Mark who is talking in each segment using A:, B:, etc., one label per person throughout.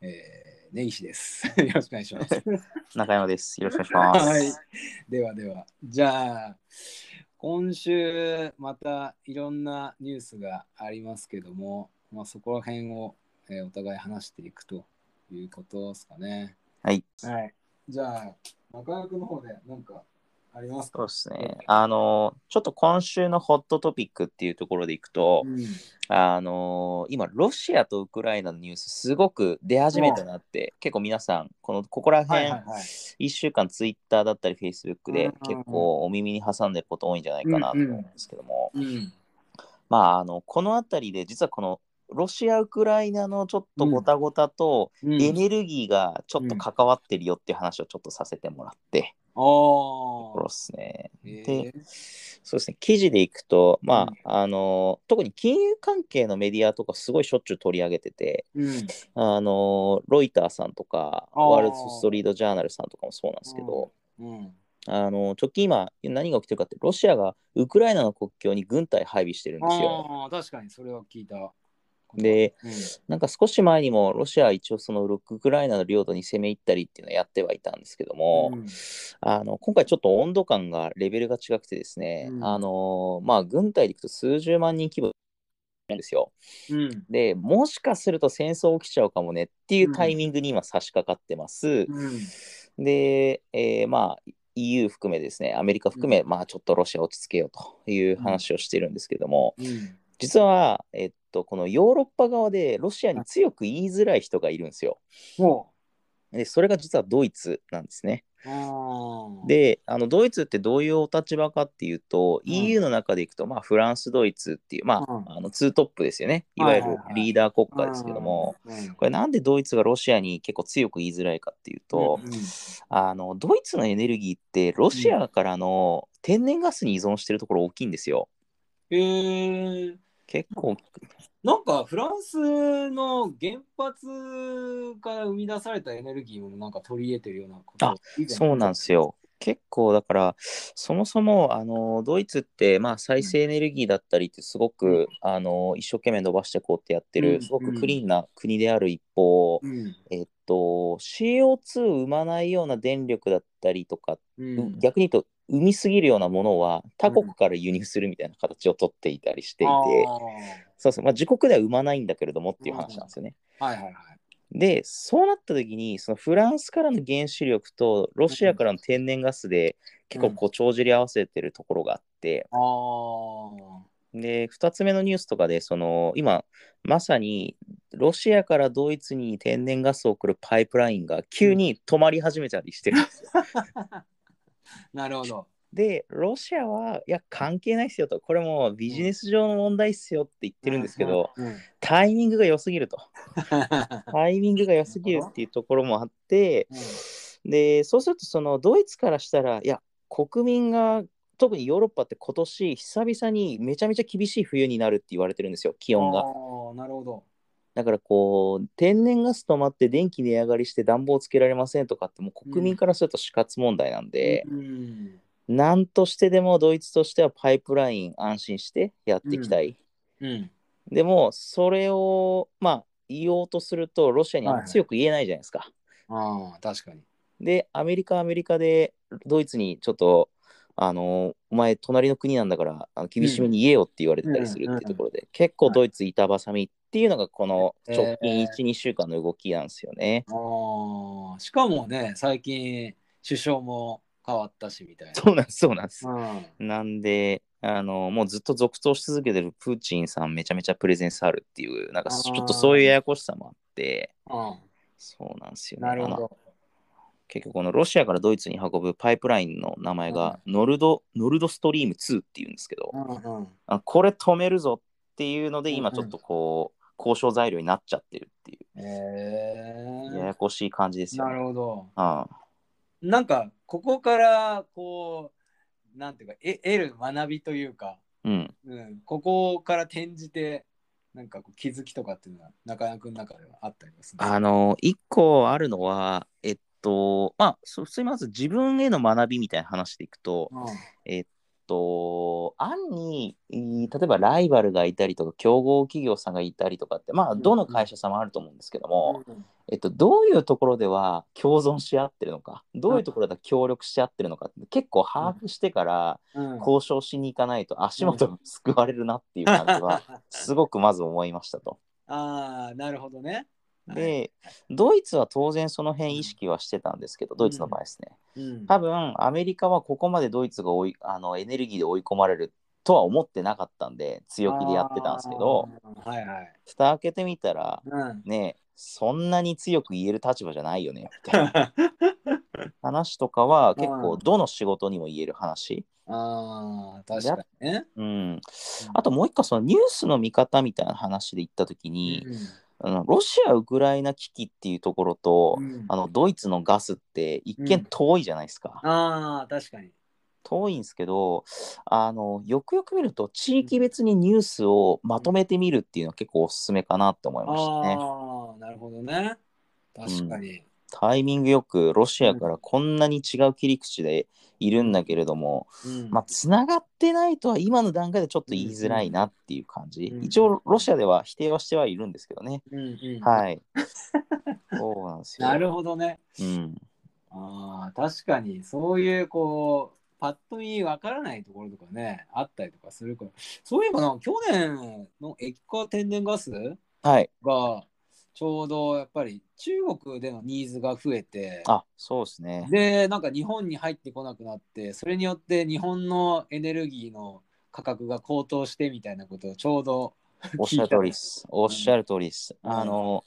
A: えー、根岸です。 よろしくお願いし ます。
B: 中山です。よろしくお願いします。
A: はいではでは、じゃあ、今週またいろんなニュースがありますけども、まあ、そこら辺を、えーお互い話していくということですかね。
B: はい。
A: はい。じゃあ、中川君の方で何かありますか
B: そうですね。あの、ちょっと今週のホットトピックっていうところでいくと、
A: うん、
B: あの、今、ロシアとウクライナのニュース、すごく出始めたなって、結構皆さん、この、ここ
A: は
B: ら
A: い
B: 辺、
A: はいはい。
B: 1週間、ツイッターだったり、フェイスブック
A: う
B: で
A: ん、
B: 結構お耳に挟んでること多いんじゃないかなと思うんですけども、
A: うん、
B: まあ、あの、このあたりで、実はこの、ロシア、ウクライナのちょっとごたごたと、
A: うん
B: エネルギーがちょっと関わってるよっていう話をちょっとさせてもらって、
A: お
B: そうですね。
A: ー
B: で、そうですね、記事でいくと、まあ、
A: うん
B: あの、特に金融関係のメディアとかすごいしょっちゅう取り上げてて、
A: うん、
B: あの、ロイターさんとか、
A: あー
B: ワールドストリートジャーナルさんとかもそうなんですけど、
A: うん、
B: あの、直近今、何が起きてるかって、ロシアがウクライナの国境に軍隊配備してるんですよ。
A: ああ、確かにそれは聞いた。
B: で、
A: うん、
B: なんか少し前にもロシアは一応そのウクライナの領土に攻め入ったりっていうのをやってはいたんですけども、
A: うん
B: あの今回ちょっと温度感がレベルが違くてですね、
A: うん
B: あのまあ軍隊でいくと数十万人規模なんですよ。
A: うん、
B: でもしかすると戦争起きちゃうかもねっていうタイミングに今差し掛かってます。
A: うん
B: で、えーまあ EU 含めですねアメリカ含め、まあちょっとロシア落ち着けようという話をしてるんですけども、
A: うん、
B: 実は、えっと、このヨーロッパ側でロシアに強く言いづらい人がいるんですよ。
A: も
B: でそれが実はドイツなんですね。
A: う、あー、
B: であのドイツってどういうお立場かっていうと、
A: うん
B: EU の中でいくと、まあ、フランスドイツっていう、まあ
A: うん
B: あのツートップですよねいわ
A: はい
B: ゆ
A: は
B: る
A: いはい
B: リーダー国家ですけども、
A: うん、うん
B: これなんでドイツがロシアに結構強く言いづらいかっていうと、
A: うん
B: あのドイツのエネルギーってロシアからの天然ガスに依存してるところ大きいんですよ。
A: えー、
B: 結構大きく
A: なんかフランスの原発から生み出されたエネルギーもなんか取り入れてるようなこと
B: あそうなんですよ。結構だからそもそもあのドイツって、まあ、再生エネルギーだったりってすご
A: う
B: く、あの一生懸命伸ばしていこうってやって
A: う
B: る、
A: ん
B: すごくクリーンな国である一方、
A: うん
B: えっと CO2 を生まないような電力だったりとか、
A: うん、
B: 逆に言うと生みすぎるようなものは他国から輸入するみたいな形を取っていたりしていて、そうそうまあ、自国では生まないんだけれどもっていう話なんですよね。
A: あーはいはいはい。
B: でそうなった時にそのフランスからの原子力とロシアからの天然ガスで結構こう帳尻合わせてるところがあって、
A: ああ、
B: で2つ目のニュースとかでその今まさにロシアからドイツに天然ガスを送るパイプラインが急に止まり始めたりしてるん ですよ。
A: なるほど。
B: でロシアはいや関係ないっすよとこれもうビジネス上の問題っすよって言ってるんですけど
A: うん、うん うん
B: タイミングが良すぎると。 タイミングが良すぎるっていうところもあって、でそうするとそのドイツからしたらいや国民が特にヨーロッパって今年久々にめちゃめちゃ厳しい冬になるって言われてるんですよ気温
A: あ
B: が
A: ーなるほど。
B: だからこう天然ガス止まって電気値上がりして暖房つけられませんとかってもう国民からすると死活問題なんで、
A: うん
B: なんとしてでもドイツとしてはパイプライン安心してやっていきたい、
A: うん
B: でもそれをまあ言おうとするとロシアには強く言えないじゃないですか、
A: ああ、確かに。
B: で、アメリカはアメリカで、ドイツにちょっと、あのお前、隣の国なんだから、あの厳しめに言えよって言われてたりするっていうところで、結構ドイツ板挟みっていうのが、この直近1、2週間の動きなんですよね。
A: ああ、しかもね、最近、首相も変わったしみたい
B: そうなんです、そうなんです。
A: な。うん、
B: なんで、あのもうずっと続投し続けてるプーチンさん、めちゃめちゃプレゼンスあるっていう、なんか
A: あー
B: ちょっとそういうややこしさもあって、
A: うん、
B: そうなんですよね。
A: なる
B: あの
A: ほ
B: 結局、このロシアからドイツに運ぶパイプラインの名前が、ノルド、ノルドストリーム2っていうんですけ
A: ど。、
B: ど
A: うんうん、
B: あこれ止めるぞっていうので
A: うんうん
B: 今ちょっとこう、交渉材料になっちゃってるってい
A: え
B: うや
A: ー
B: やこしい感じですよ
A: な
B: ね。
A: るほど。
B: ああ
A: なんか、ここから、こう、なんていうか、え得る学びというか、
B: うん、
A: うん、ここから転じて、なんかこう気づきとかっていうのは、中山君の中ではあったりはする
B: あの一個あるのはえっとまあそ普通にまず自分への学びみたいな話でいくと
A: うん
B: えっと、案に、い例えばライバルがいたりとか、競合企業さんがいたりとかって、まあ、どの会社さんもあると思うんですけども、えっと、どういうところでは共存し合ってるのか、どういうところでは協力し合ってるのかって、結構把握してから
A: うん
B: 交渉しに行かないと足元が救われるなっていう感じ は、すごくまず思いましたと。
A: ああ、なるほどね。はい、
B: で、ドイツは当然その辺意識はしてたんですけど、ドイツの場合ですね。
A: うん、
B: 多分、アメリカはここまでドイツが追いあのエネルギーで追い込まれるとは思ってなかったんで、強気でやってたんですけど、
A: あー。はいはい。
B: 蓋開けてみたら、
A: うん。
B: ねえ、そんなに強く言える立場じゃないよね、 みたいな話とかは結構、どの仕事にも言える話。
A: ああ、確かにね。
B: うん、あともう一個、そのニュースの見方みたいな話で言ったときに、あのロシア・ウクライナ危機っていうところと、
A: うん
B: あのドイツのガスって一
A: うん
B: 見遠いじゃないですか、
A: ああ、確かに。
B: 遠いんですけどあのよくよく見ると地域別にニュースをまとめてみるっていうのは結構おすすめかなって思いましたね
A: ああ、なるほどね。確かに。
B: タイミングよくロシアからこんなに違う切り口でいるんだけれども
A: うん
B: まあつながってないとは今の段階でちょっと言いづらいなっていう感じ、
A: うん
B: 一応ロシアでは否定はしてはいるんですけどね、
A: うんうん
B: はい そうなんですよ
A: なるほどね。
B: うん
A: ああ、確かに、そういう、こう、パッと見わからないところとかね、あったりとかするから。そういえばな、去年の液化天然ガス
B: はい
A: が、ちょうどやっぱり中国でのニーズが増えて、
B: あそうですね
A: で、なんか日本に入ってこなくなって、それによって日本のエネルギーの価格が高騰してみたいなことをちょうど、
B: おっしゃる通りです。おっしゃる通りです。
A: うん
B: あの、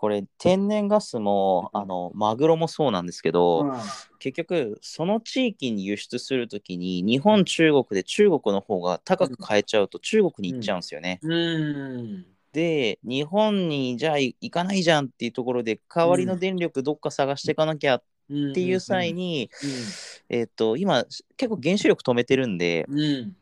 B: これ、天然ガスも、
A: うん
B: あの、マグロもそうなんですけど、
A: うん
B: 結局、その地域に輸出するときに、日本、中国で中国の方が高く買えちゃうと、中国に行っちゃうんですよね。
A: うん。
B: で、日本にじゃあ行かないじゃんっていうところで、代わり
A: う
B: の
A: ん
B: 電力どっか探していかなきゃっ
A: って
B: いう際、に、
A: うん
B: えっと、今、結構原子力止めてるんで、
A: うん、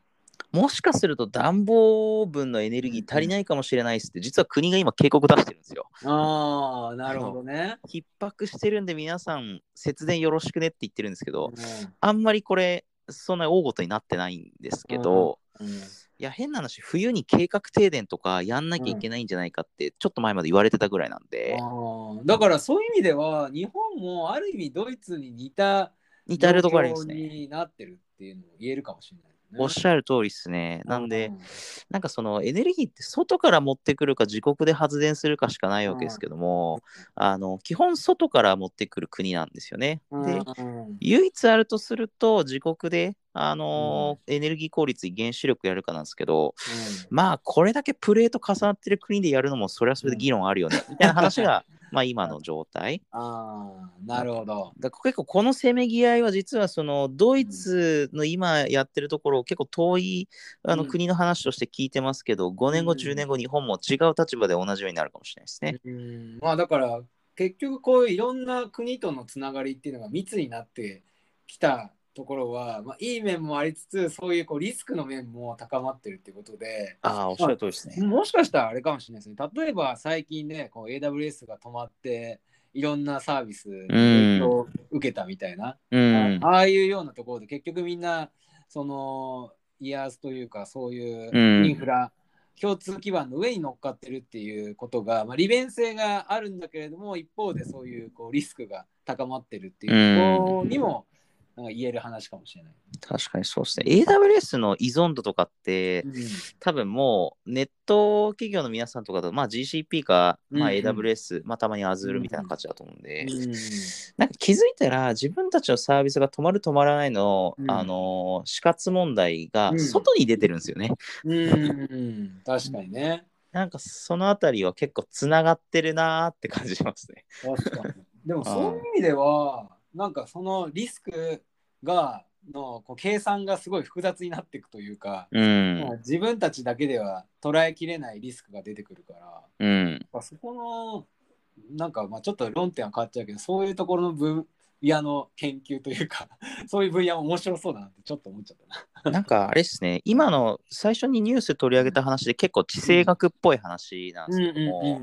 B: もしかすると暖房分のエネルギー足りないかもしれないっすって、実は国が今警告出してるんですよ。
A: ああ、なるほどね。
B: 逼迫してるんで皆さん節電よろしくねって言ってるんですけ
A: う
B: どあんまりこれそんな大ごとになってないんですけど、
A: んうん
B: いや変な話冬に計画停電とかやんなきゃいけないんじゃないかってちょっと前まで言われてたぐらいなんで、
A: あーだからそういう意味では日本もある意味ドイツに似た
B: 似たるところあります
A: 状
B: ね
A: 況になってるっていうのも言えるかもしれない、ね。
B: おっしゃる通りですねなんでなんかそのエネルギーって外から持ってくるか自国で発電するかしかないわけですけどもあの基本外から持ってくる国なんですよね
A: うん、
B: で
A: うん
B: 唯一あるとすると自国で、あのーエネルギー効率原子力やるかなんですけどまあこれだけプレート重なってる国でやるのもそれはそれで議論あるよね、みたいな話がまあ今の状態
A: ああ、なるほど。
B: だから結構このせめぎ合いは実はそのドイツの今やってるところ結構遠いあの
A: うん
B: 国の話として聞いてますけど5年後
A: うん
B: 10年後日本も違う立場で同じようになるかもしれないですね。
A: うん、まあだから結局こういういろんな国とのつながりっていうのが密になってきたところは、まあ、いい面もありつつそういうこうリスクの面も高まってるってことで。
B: ああおっしゃる通りですね。
A: もしかしたらあれかもしれないですね。例えば最近ね、こう AWS が止まって、いろんなサービスに影響を受けたみたいな、
B: うん
A: あああいうようなところで結局みんな、その、イヤースというか、そういううんインフラ、共通基盤の上に乗っかってるっていうことが、まあ、利便性があるんだけれども、一方でそういうこうリスクが高まってるっていうところにも、なんか言える話かもしれない。
B: 確かにそうですね。AWS の依存度とかって
A: うん
B: 多分もうネット企業の皆さんとかだと、まあ、GCP か、まあ、
A: うんうん
B: AWS、まあ、たまに Azure みたいな感じだと思うんで、
A: うん
B: なんか気づいたら自分たちのサービスが止まる止まらないの、
A: うん
B: あのー死活問題が
A: うん
B: 外に出てるんですよね。
A: うん、確かにね。
B: なんかそのあたりは結構つながってるなーって感じしますね。
A: 確かに。でもそういう意味では、なんかそのリスクが、のこう計算がすごい複雑になっていくというか、
B: うん
A: まあ、自分たちだけでは捉えきれないリスクが出てくるから、やっ
B: うん
A: ぱそこの、なんかまあちょっと論点は変わっちゃうけど、そういうところの分野の研究というか、 そういう分野も面白そうだなってちょっと思っちゃったな。
B: なんかあれですね、今の最初にニュース取り上げた話で結構地政学っぽい話なんですけども、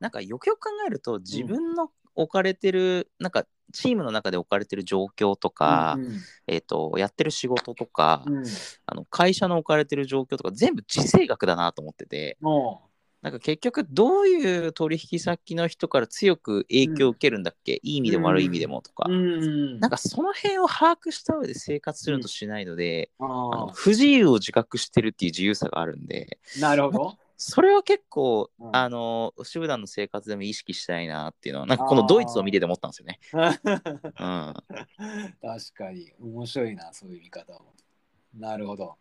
B: なんかよくよく考えると自分の置かれてるなんかチームの中で置かれてる状況とか、えー、とやってる仕事とか、
A: うんうん
B: あの会社の置かれてる状況とか全部地政学だなと思ってて
A: も
B: なんか結局どういう取引先の人から強く影響を受けるんだっけ、いい意味でも悪い意味でもとか、
A: う、うん、
B: なんかその辺を把握した上で生活するとしないので、
A: あ
B: あの
A: ー
B: 不自由を自覚してるっていう自由さがあるんで
A: なるほど。
B: それは結構、
A: うん
B: あの普段の生活でも意識したいなっていうのはなんかこのドイツを見てて思ったんですよね。
A: 確
B: うん、
A: かに面白いな、そういう見方も。なるほど。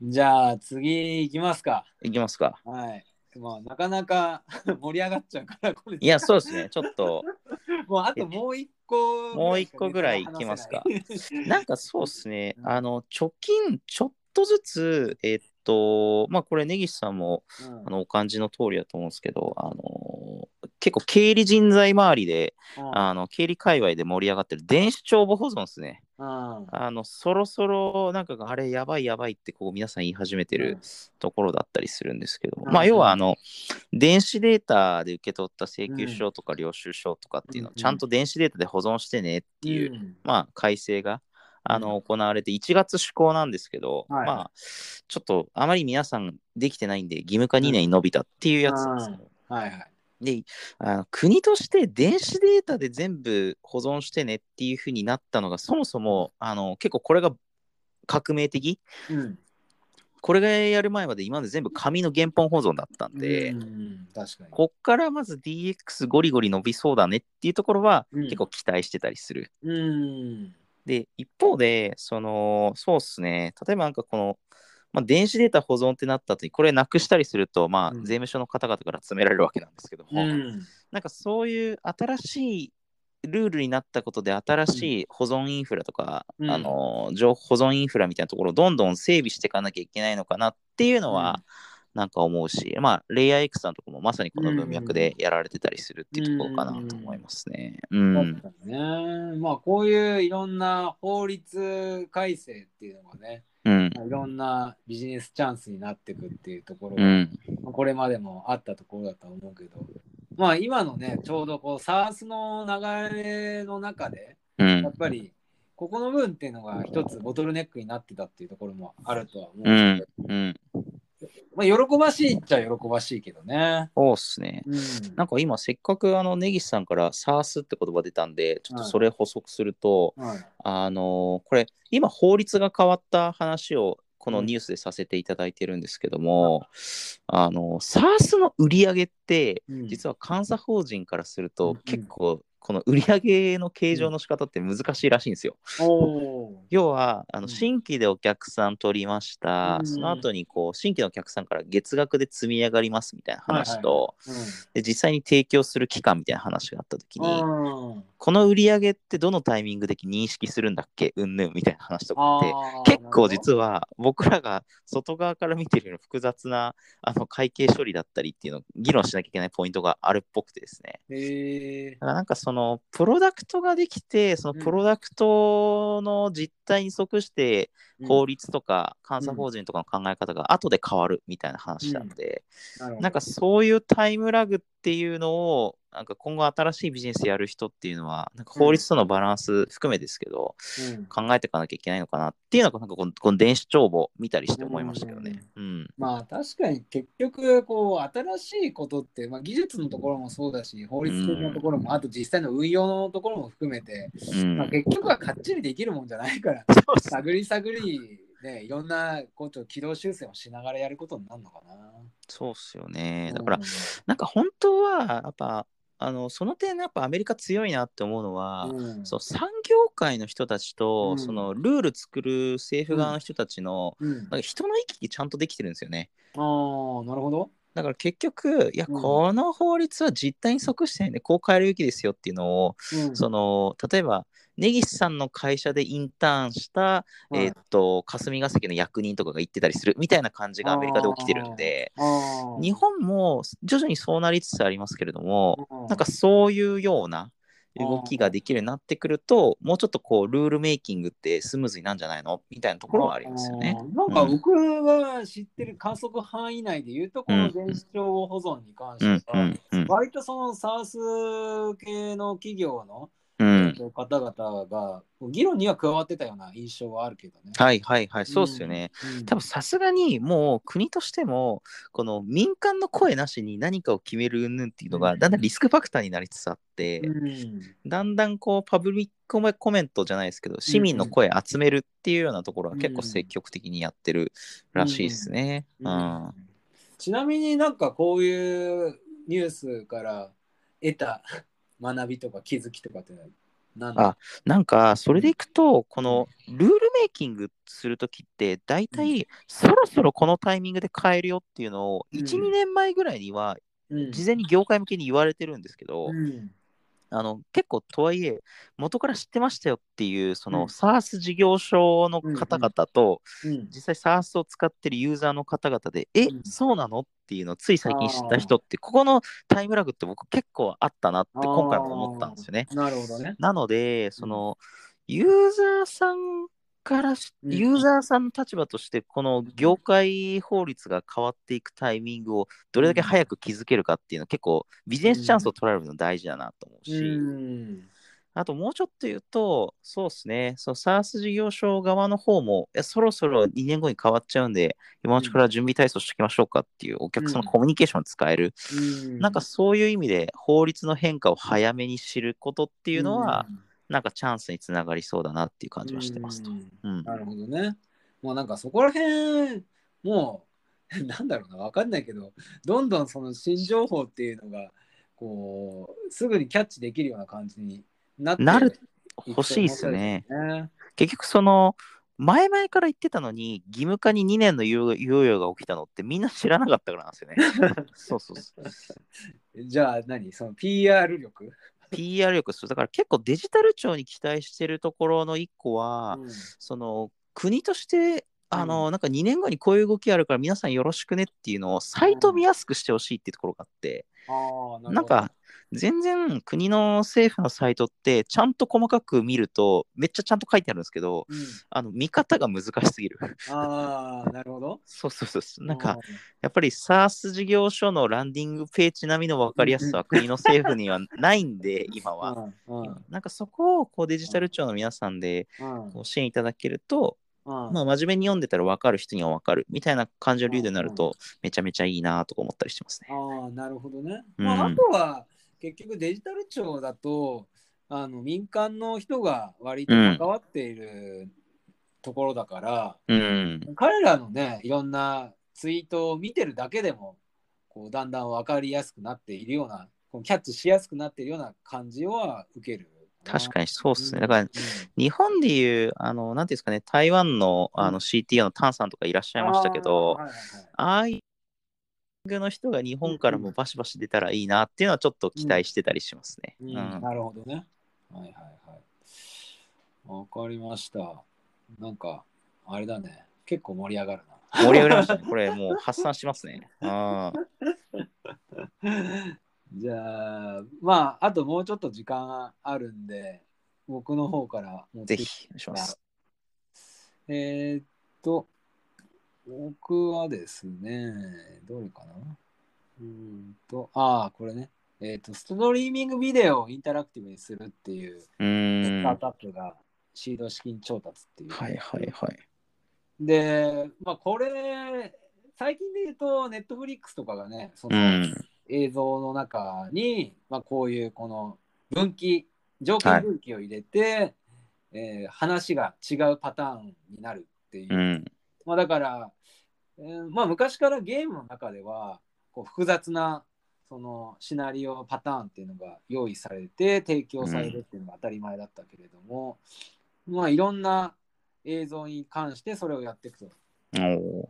A: じゃあ次行きますか。
B: いきますか。
A: はい。まあ、なかなか盛り上がっちゃうから、これ
B: いやそうですねちょっと
A: もうあともう一個
B: もう一個ぐらいいきますか。なんかそうですね、あの貯金ちょっとずつ、えっと、まあこれ、根岸さんも
A: うん
B: あのお感じの通りだと思うんですけど、あの結構経理人材周りで、あの経理界隈で盛り上がってる電子帳簿保存ですね。
A: うん
B: あのそろそろなんかあれやばいやばいってこう皆さん言い始めてるところだったりするんですけども、
A: うん
B: まあ要はあの電子データで受け取った請求書とか領収書とかっていうのをちゃんと電子データで保存してねっていう
A: うん
B: まあ、改正があ
A: う
B: の行われて1月施行なんですけど、
A: はい
B: まあ、ちょっとあまり皆さんできてないんで義務化2年に伸びたっていうやつなんですよ。
A: はいはい。
B: であの国として電子データで全部保存してねっていうふうになったのがそもそもあの結構これが革命的
A: うん
B: これがやる前まで今まで全部紙の原本保存だったんで、
A: うん確かに。
B: こっからまず DX ゴリゴリ伸びそうだねっていうところは
A: うん
B: 結構期待してたりする
A: うん。
B: で、一方で、その、そうっすね、例えばなんかこの、まあ、電子データ保存ってなった時これなくしたりすると、まあ、
A: うん
B: 税務署の方々から詰められるわけなんですけども、
A: うん
B: なんかそういう新しいルールになったことで、新しい保存インフラとか、
A: うん
B: あの、情報保存インフラみたいなところをどんどん整備していかなきゃいけないのかなっていうのは、なんか思うし、まあ、レイヤー X さんとかもまさにこの文脈でやられてたりするっていうところかなと思いますね。うん
A: 確。かにね。まあこういういろんな法律改正っていうのがね、
B: うん。
A: いろんなビジネスチャンスになってくっていうところ
B: う
A: が
B: ん。
A: まあこれまでもあったところだと思うけど、まあ今のね、ちょうどこう SARS の流れの中で、
B: うん
A: やっ。ぱりここの部分っていうのが一つボトルネックになってたっていうところもあるとは思うん
B: う
A: です
B: ん
A: け、
B: うん、
A: ど、まあ、喜ばしいっちゃ喜ばしいけどね。
B: そうっすね。
A: うん、
B: なんか今、せっかくあの根岸さんから SARS って言葉出たんで、ちょっとそれ補足すると、
A: はい
B: あのーこれ、今、法律が変わった話をこのニュースでさせていただいてるんですけども、あの SARS の売り上げって、
A: うん
B: 実は監査法人からする
A: う
B: と
A: ん、
B: 結構、この売り上げの計上の仕方って難しいらしいんですよ。
A: おー
B: 要はあ
A: う
B: の
A: ん
B: 新規でお客さん取りました、
A: うん
B: その後にこう新規のお客さんから月額で積み上がりますみたいな話と、
A: う
B: で実際に提供する期間みたいな話があった時に、
A: んうん
B: この売り上げってどのタイミングで認識するんだっけうんぬんみたいな話とか
A: あ
B: って
A: ー
B: 結構
A: なる
B: 実は僕らが外側から見てるより複雑なあの会計処理だったりっていうのを議論しなきゃいけないポイントがあるっぽくてですね
A: ほどへえ
B: だからなんかそのプロダクトができてその
A: うん
B: プロダクトの実態に即して法
A: 理
B: 律とか監査法人とかの考え方が後で変わるみたいな話なので、なんかそういうタイムラグっていうのをなんか今後新しいビジネスやる人っていうのはなんか法律とのバランス含めですけど、考えていかなきゃいけないのかなっていうのがなんかこのこの電子帳簿見たりして思いましたけどね。うん、
A: まあ確かに結局こう新しいことって、まあ、技術のところもそうだし法律的なところもあと実際の運用のところも含めて、
B: うん
A: まあ、結局はかっちりできるもんじゃないから
B: そうっす
A: 探り探りねいろんなことを軌道修正をしながらやることになるのかな。
B: そうっすよね。だから
A: うん、
B: なんか本当はやっぱあのその点やっぱアメリカ強いなって思うのは、
A: うん
B: そう産業界の人たちと、
A: うん
B: そのルール作る政府側の人たちの、
A: うん、あ
B: なんか人の行き来ちゃんとできてるんですよね。
A: あーなるほど。
B: だから結局いや、
A: うん
B: この法律は実態に即してないんでこう変えるべきですよっていうのを、
A: うん
B: その例えば根岸さんの会社でインターンした、
A: はい
B: えーっと霞が関の役人とかが言ってたりするみたいな感じがアメリカで起きてるんで
A: あー
B: 日本も徐々にそうなりつつありますけれども、
A: うん
B: なんかそういうような動きができるようになってくると、もうちょっとこうルールメイキングってスムーズになるんじゃないのみたいなところはありますよね。
A: うんなんか僕が知ってる観測範囲内でいうと、この電子帳保存に関
B: う
A: し
B: ん
A: て
B: う
A: は、
B: んうん
A: 割とそのサウス系の企業の
B: うん。
A: 方々が議論には加わってたような印象はあるけどね。
B: はいはいはい、そうですよね。
A: うん
B: 多分さすがにもう国としてもこの民間の声なしに何かを決める云々っていうの
A: う
B: が
A: ん
B: だんだんリスクファクターになりつつあって、
A: うん
B: だんだんこうパブリックコメントじゃないですけど市民の声集めるっていうようなところは結構積極的にやってるらしいですね。うん
A: うんちなみになんかこういうニュースから得た学びとか気づきとかって何だ
B: あなんかそれでいくとこのルールメイキングする時って大体そろそろこのタイミングで変えるよっていうのを
A: う
B: 12、
A: ん
B: 年前ぐらいには
A: うん
B: 事前に業界向けに言われてるんですけど。
A: うん
B: あの結構とはいえ元から知ってましたよっていうそうの
A: ん
B: SARS 事業所の方々と
A: うん
B: 実際 SARS を使ってるユーザーの方々でえ
A: うん
B: そうなのっていうのをつい最近知った人ってここのタイムラグって僕結構あったなって今回も思ったんですよね。
A: あーなるほどね。
B: なのでそのユーザーさんからし
A: うん
B: ユーザーさんの立場としてこの業界法律が変わっていくタイミングをどれだけ早く気づけるかっていうのは結構ビジネスチャンスを捉えるの大事だなと思うし。
A: うん
B: あともうちょっと言うと、そうですね、その SARS 事業所側の方も、いやそろそろ2年後に変わっちゃうんで、今のうちから準備体操しておきましょうかっていうお客様の
A: うん
B: コミュニケーションを使える、
A: うん
B: なんかそういう意味で法律の変化を早めに知ることって
A: て
B: いうのは、なんかチャンスにつながりそうだなっていう感じはしてますと。うん
A: なるほどね。もうなんかそこら辺もう なんだろうなわかんないけどどんどんその新情報っていうのがこうすぐにキャッチできるような感じになって
B: なる欲しいですね。結局その前々から言ってたのに義務化に2年の猶猶予が起きたのってみんな知らなかったからなんですよね。 そうそうそう。
A: じゃあ何その PR 力、
B: PR 力そうだから結構デジタル庁に期待してるところの一個は、
A: うん
B: その国としてあの、なんか2年後にこういう動きあるから皆さんよろしくねっていうのをサイト見やすくしてほしいっていうところがあって、
A: ああ
B: なんか全然国の政府のサイトってちゃんと細かく見るとめっちゃちゃんと書いてあるんですけど
A: うん、
B: あの見方が難しすぎる
A: ああなるほど。
B: そうそうそうそうなんかやっぱり SARS 事業所のランディングページ並みの分かりやすさは国の政府にはないんで今は。
A: うんうん
B: なんかそこをこうデジタル庁の皆さんで
A: うん
B: こう支援いただけると、
A: うん
B: まあ、真面目に読んでたら分かる人には分かるみたいな感じの流度になるとめちゃめちゃいいなとか思ったりしてますね。
A: ああ、なるほどね。
B: うん
A: まあ、あとは、結局デジタル庁だと、あの民間の人が割と関わっているところだから、
B: うん、
A: 彼らのね、いろんなツイートを見てるだけでも、こうだんだん分かりやすくなっているような、こうキャッチしやすくなっているような感じは受ける。
B: 確かにそうです
A: う
B: ね。
A: ん
B: だから日本でいう、あの、なんていうんですかね、台湾のあの CTO のタンさんとかいらっしゃいましたけど
A: あー、はいはいはい
B: ああいうの人が日本からもバシバシ出たらいいなっていうのはちょっと期待してたりしますね。
A: うん
B: うん
A: なるほどね。はいはいはい。わかりました。なんか、あれだね。結構盛り上がる
B: 盛り上がりましたね。これもう発散しますね。うん
A: な。じゃあ、まあ、あともうちょっと時間あるんで、僕の方から持って
B: ぜ
A: き
B: ひ、お願いします。
A: えーっと、僕はですね、どれかなうーんと、ああ、これね。えーっと、ストリーミングビデオをインタラクティブにするっていう
B: う
A: ス
B: ーん。
A: ター
B: は
A: トアップがシード資金調達っていう。
B: いはいはい。
A: で、まあ、これ、最近で言うと、ネットフリックスとかがね、そうの
B: ん。
A: 映像の中に、まあ、こういうこの分岐、条件分岐を入れて、えー話が違うパターンになるっていう。
B: うん。
A: まあ、だから、えーまあ、昔からゲームの中では、こう複雑なそのシナリオパターンっていうのが用意されて提供されるっていうのが当たり前だったけれども、まあいろんな映像に関してそれをやっていくと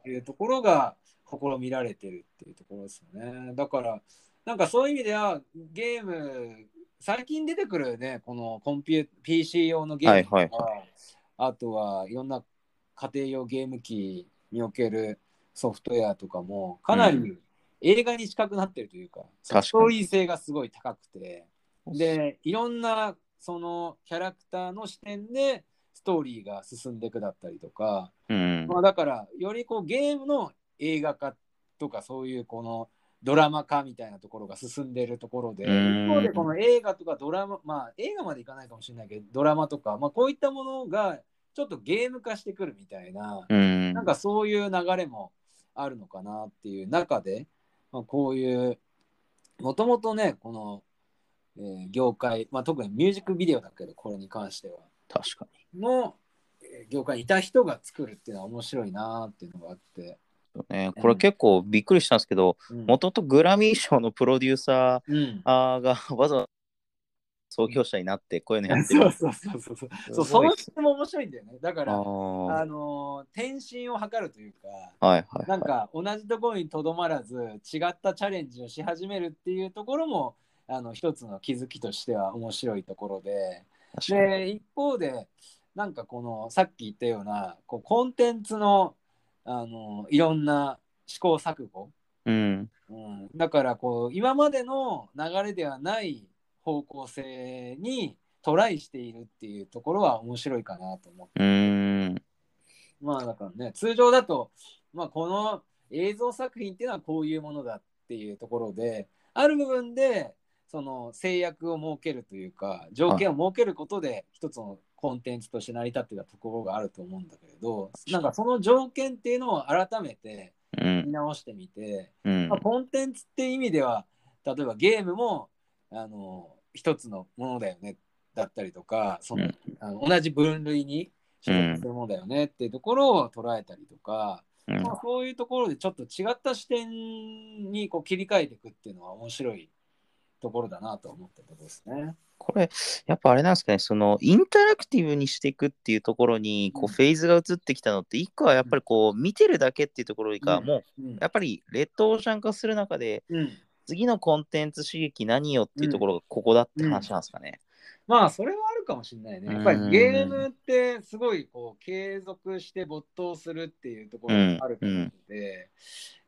B: お
A: いうところが試みられてるっていうところですよね。だからなんかそういう意味ではゲーム最近出てくるねこのコンピュー PC 用のゲームとか、
B: はいは
A: あとはいろんな家庭用ゲーム機におけるソフトウェアとかもかな
B: う
A: り映画に近くなってるというか、
B: かに
A: ストーリー性がすごい高くて。
B: ー
A: でいろんなそのキャラクターの視点でストーリーが進んでいくだったりとか、
B: うん
A: まあ、だからよりこうゲームの映画化とかそういうこのドラマ化みたいなところが進んでるところで
B: うん
A: 一方でこの映画とかドラマまあ映画までいかないかもしれないけどドラマとか、まあ、こういったものがちょっとゲーム化してくるみたいな、
B: うん
A: なんかそういう流れもあるのかなっていう中で、まあ、こういうもともとねこの、えー業界、まあ、特にミュージックビデオだけどこれに関しては
B: 確かに
A: の、えー業界にいた人が作るっていうのは面白いなっていうのがあって。
B: そうね。これ結構びっくりしたんですけど、
A: うん
B: もともとグラミー賞のプロデューサ
A: うん
B: ーが わざわざ創業者になってこういうのやってる。
A: そうそうそうそうそう そうその質も面白いんだよねだから
B: あ
A: あのー転身を図るというか
B: あ。はいはい、
A: な
B: は
A: いん。か同じところにとどまらず違ったチャレンジをし始めるっていうところもあの一つの気づきとしては面白いところで
B: 確かに
A: で一方でなんかこのさっき言ったようなこうコンテンツのあのいろんな試行錯誤、
B: うん。
A: うん、だからこう今までの流れではない方向性にトライしているっていうところは面白いかなと思って
B: うーん。
A: まあだからね、通常だと、まあ、この映像作品っていうのはこういうものだっていうところで、ある部分でその制約を設けるというか、条件を設けることで、一つのコンテンツとして成り立ってたところがあると思うんだけれど、なんかその条件っていうのを改めて
B: うん
A: 見。直してみて、
B: うん
A: まあ、。コンテンツって意味では、例えばゲームもあの一つのものだよねだったりとか、その
B: うん
A: あの同じ分類に所属するものだよねっていうところを捉えたりとか、
B: うん
A: まあ、そういうところでちょっと違った視点にこう切り替えていくっていうのは面白いところだなと思ったところですね。
B: これ、やっぱあれなんですかね、そのインタラクティブにしていくっていうところに、
A: う
B: こ
A: ん
B: う、フェーズが移ってきたのって、一個はやっぱりこう、見てるだけっていうところよりか、
A: うん
B: もう、
A: うん
B: やっぱりレッドオーシャン化する中で、
A: うん、
B: 次のコンテンツ刺激何よっていうところがここだって話なんですかね。
A: まあそれはあるかもしれないね。やっぱりゲームってすごいこう継続して没頭するっていうところがあると思うので、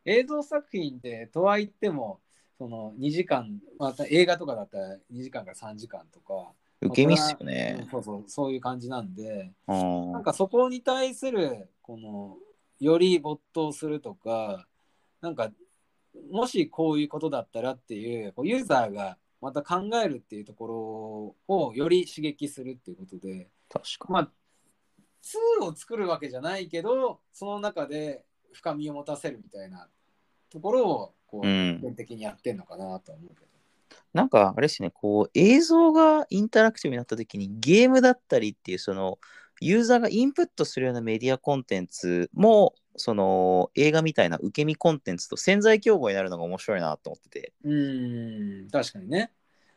A: 映像作品ってとはいってもその2時間、また映画とかだったら2時間から3時間とか、
B: 受け身っすよ
A: うん
B: ね。
A: そうそうそういう感じなんで、
B: あー
A: なんかそこに対するこのより没頭するとかなんかもしこういうことだったらっていうこうユーザーがまた考えるっていうところをより刺激するっていうことで
B: 確か
A: まあ2を作るわけじゃないけどその中で深みを持たせるみたいなところをこう
B: に。う
A: 基
B: ん、
A: 本的にやってんのかなとは思うけど。
B: なんかあれですね、こう映像がインタラクティブになった時にゲームだったりっていうそのユーザーがインプットするようなメディアコンテンツもその映画みたいな受け身コンテンツと潜在競合になるのが面白いなと思ってて。
A: うーん、確かにね。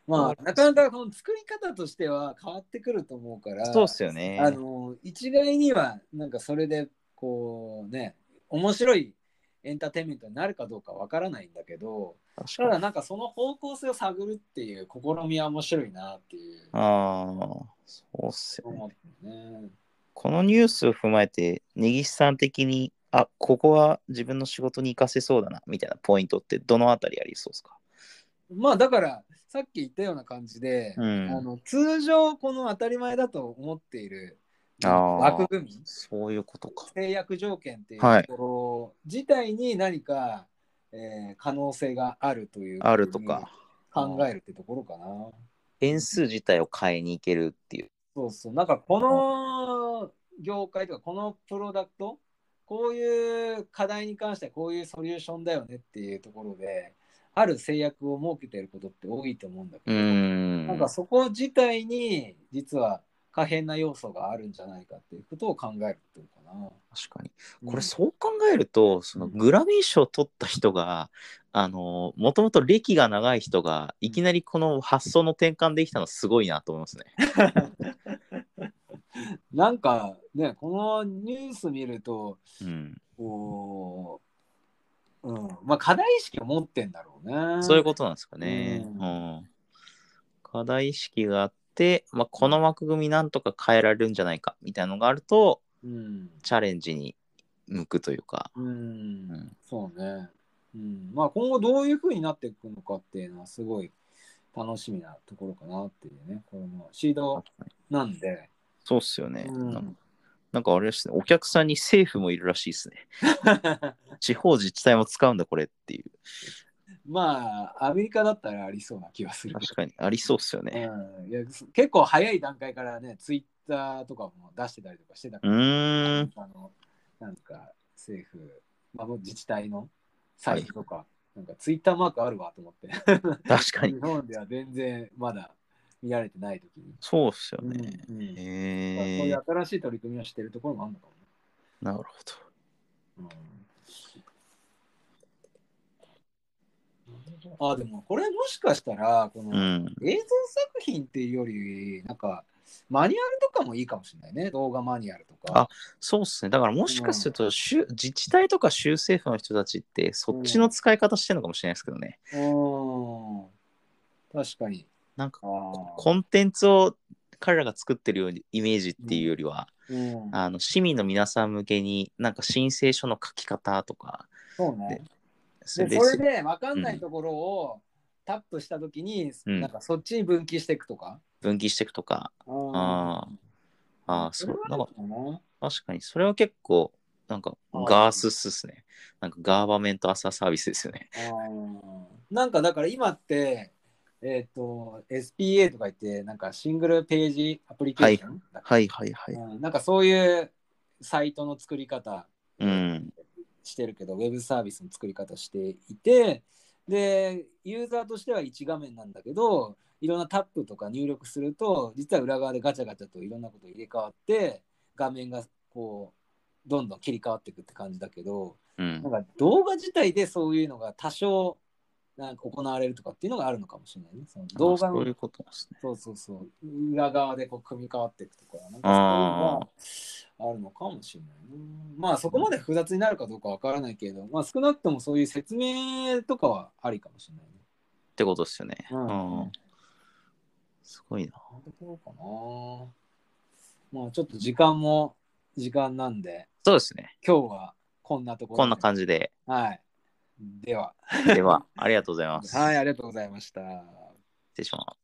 A: まあ、なかなかこの作り方としては変わってくると思うから、
B: そうっすよね。
A: あの一概には、なんかそれで、こうね、面白いエンターテインメントになるかどうかわからないんだけど、
B: 確か
A: た
B: に
A: だなんかその方向性を探るっていう試みは面白いなっていう
B: ああ、そうっすよね。
A: 思ってね。
B: このニュースを踏まえて、根岸さん的に、あここは自分の仕事に活かせそうだなみたいなポイントって、どのあたりありそうですか
A: まあだからさっき言ったような感じで、
B: うん
A: あの通常この当たり前だと思っている
B: あー
A: 枠組み
B: そういうことか。
A: 制約条件っていう
B: はい
A: ところ自体に何か、えー可能性があるという
B: あるとか、
A: 考えるってところかな。
B: 変数自体を変えに行けるっていう。
A: そうそうなんかこの業界とかこのプロダクトこういう課題に関してはこういうソリューションだよねっていうところである制約を設けてることって多いと思うんだけ
B: う
A: ど、
B: ーん。
A: なんかそこ自体に実は可変な要素があるんじゃないかっていうことを考えるってことかな。
B: 確かに。
A: うん
B: これ、そう考えると、そのグラミー賞を取った人が、あの、もともと歴が長い人が、いきなりこの発想の転換できたのすごいなと思いますね。
A: なんかね、このニュース見ると、
B: うん。
A: こう、うん、まあ課題意識を持ってんだろうね。
B: そういうことなんですかね。
A: う
B: うん課題意識があって、まあ、この枠組みなんとか変えられるんじゃないかみたいなのがあると
A: うん。
B: チャレンジに向くというか。
A: うん、
B: ん
A: そうね。うん、まあ今後どういうふうになっていくのかっていうのはすごい楽しみなところかなっていうね、これもシードなんで、
B: そうっすよね。
A: うん
B: なんかなんかあれですね、お客さんに政府もいるらしいですね。地方自治体も使うんだ、これっていう。
A: まあ、アメリカだったらありそうな気がする。
B: 確かに、ありそうっすよね。
A: うん、いや結構早い段階からね、ツイッターとかも出してたりとかしてたか
B: う
A: ら、
B: ーん。
A: あのなんか政府、まあ、もう自治体のサイトとか、なんかツイッターマークあるわと思って、
B: 確かに
A: 日。本では全然まだ見られてないときに、
B: そうっすよね。
A: うんうんまあそう
B: へ
A: い
B: え
A: う。新しい取り組みをしてるところもあるのかもね。
B: なるほど。
A: うんあでもこれもしかしたらこ
B: う
A: の
B: ん。
A: 映像作品っていうよりなんかマニュアルとかもいいかもしれないね動画マニュアルとか。
B: そうっすね。だからもしかすると、州自治体とか州政府の人たちって、そっちの使い方してるのかもしれないですけどね。
A: うん確かに。
B: なんか、
A: あー
B: コンテンツを彼らが作ってるようにイメージっていうよりは、
A: うん、
B: あの市民の皆さん向けに、なんか申請書の書き方とか、
A: そうね。
B: そ
A: で
B: れで
A: それで分かんないところをタップしたときに、
B: うん
A: なんかそっちに分岐していくとか。
B: 分岐していくとか、
A: うん
B: あああ、そ
A: それ
B: う、なん
A: は
B: か
A: あるかな
B: 確かに、それは結構、なんか
A: あー
B: ガースっすね。なんかガーバメントアサーサービスですよね。
A: あーなんかだから今って、えっ、と、SPA とか言って、なんかシングルページアプリケーション、だっ
B: はいはいは
A: け
B: い。
A: うんなんかそういうサイトの作り方
B: うん。
A: してるけど、ウェブサービスの作り方していて、で、ユーザーとしては1画面なんだけど、いろんなタップとか入力すると、実は裏側でガチャガチャといろんなこと入れ替わって、画面がこう、どんどん切り替わっていくって感じだけど、
B: うん
A: なん。か動画自体でそういうのが多少なんか行われるとかっていうのがあるのかもしれないね。その動画
B: あーそうい
A: の
B: うことなんですね。
A: そうそうそう裏側でこう組み替わっていくとか、なん
B: あ
A: かそういうのがあるのかもしれないね。まあそこまで複雑になるかどうかわからないけれど、まあ少なくともそういう説明とかはありかもしれないね。
B: ってことですよね。
A: う
B: うんん。すごいな。
A: こんなところかな。まあちょっと時間も時間なんで、
B: そうですね。
A: 今日はこんなところで。
B: こんな感じで。
A: はい。では、
B: では、ありがとうございます。
A: はい、ありがとうございました。
B: 失礼します。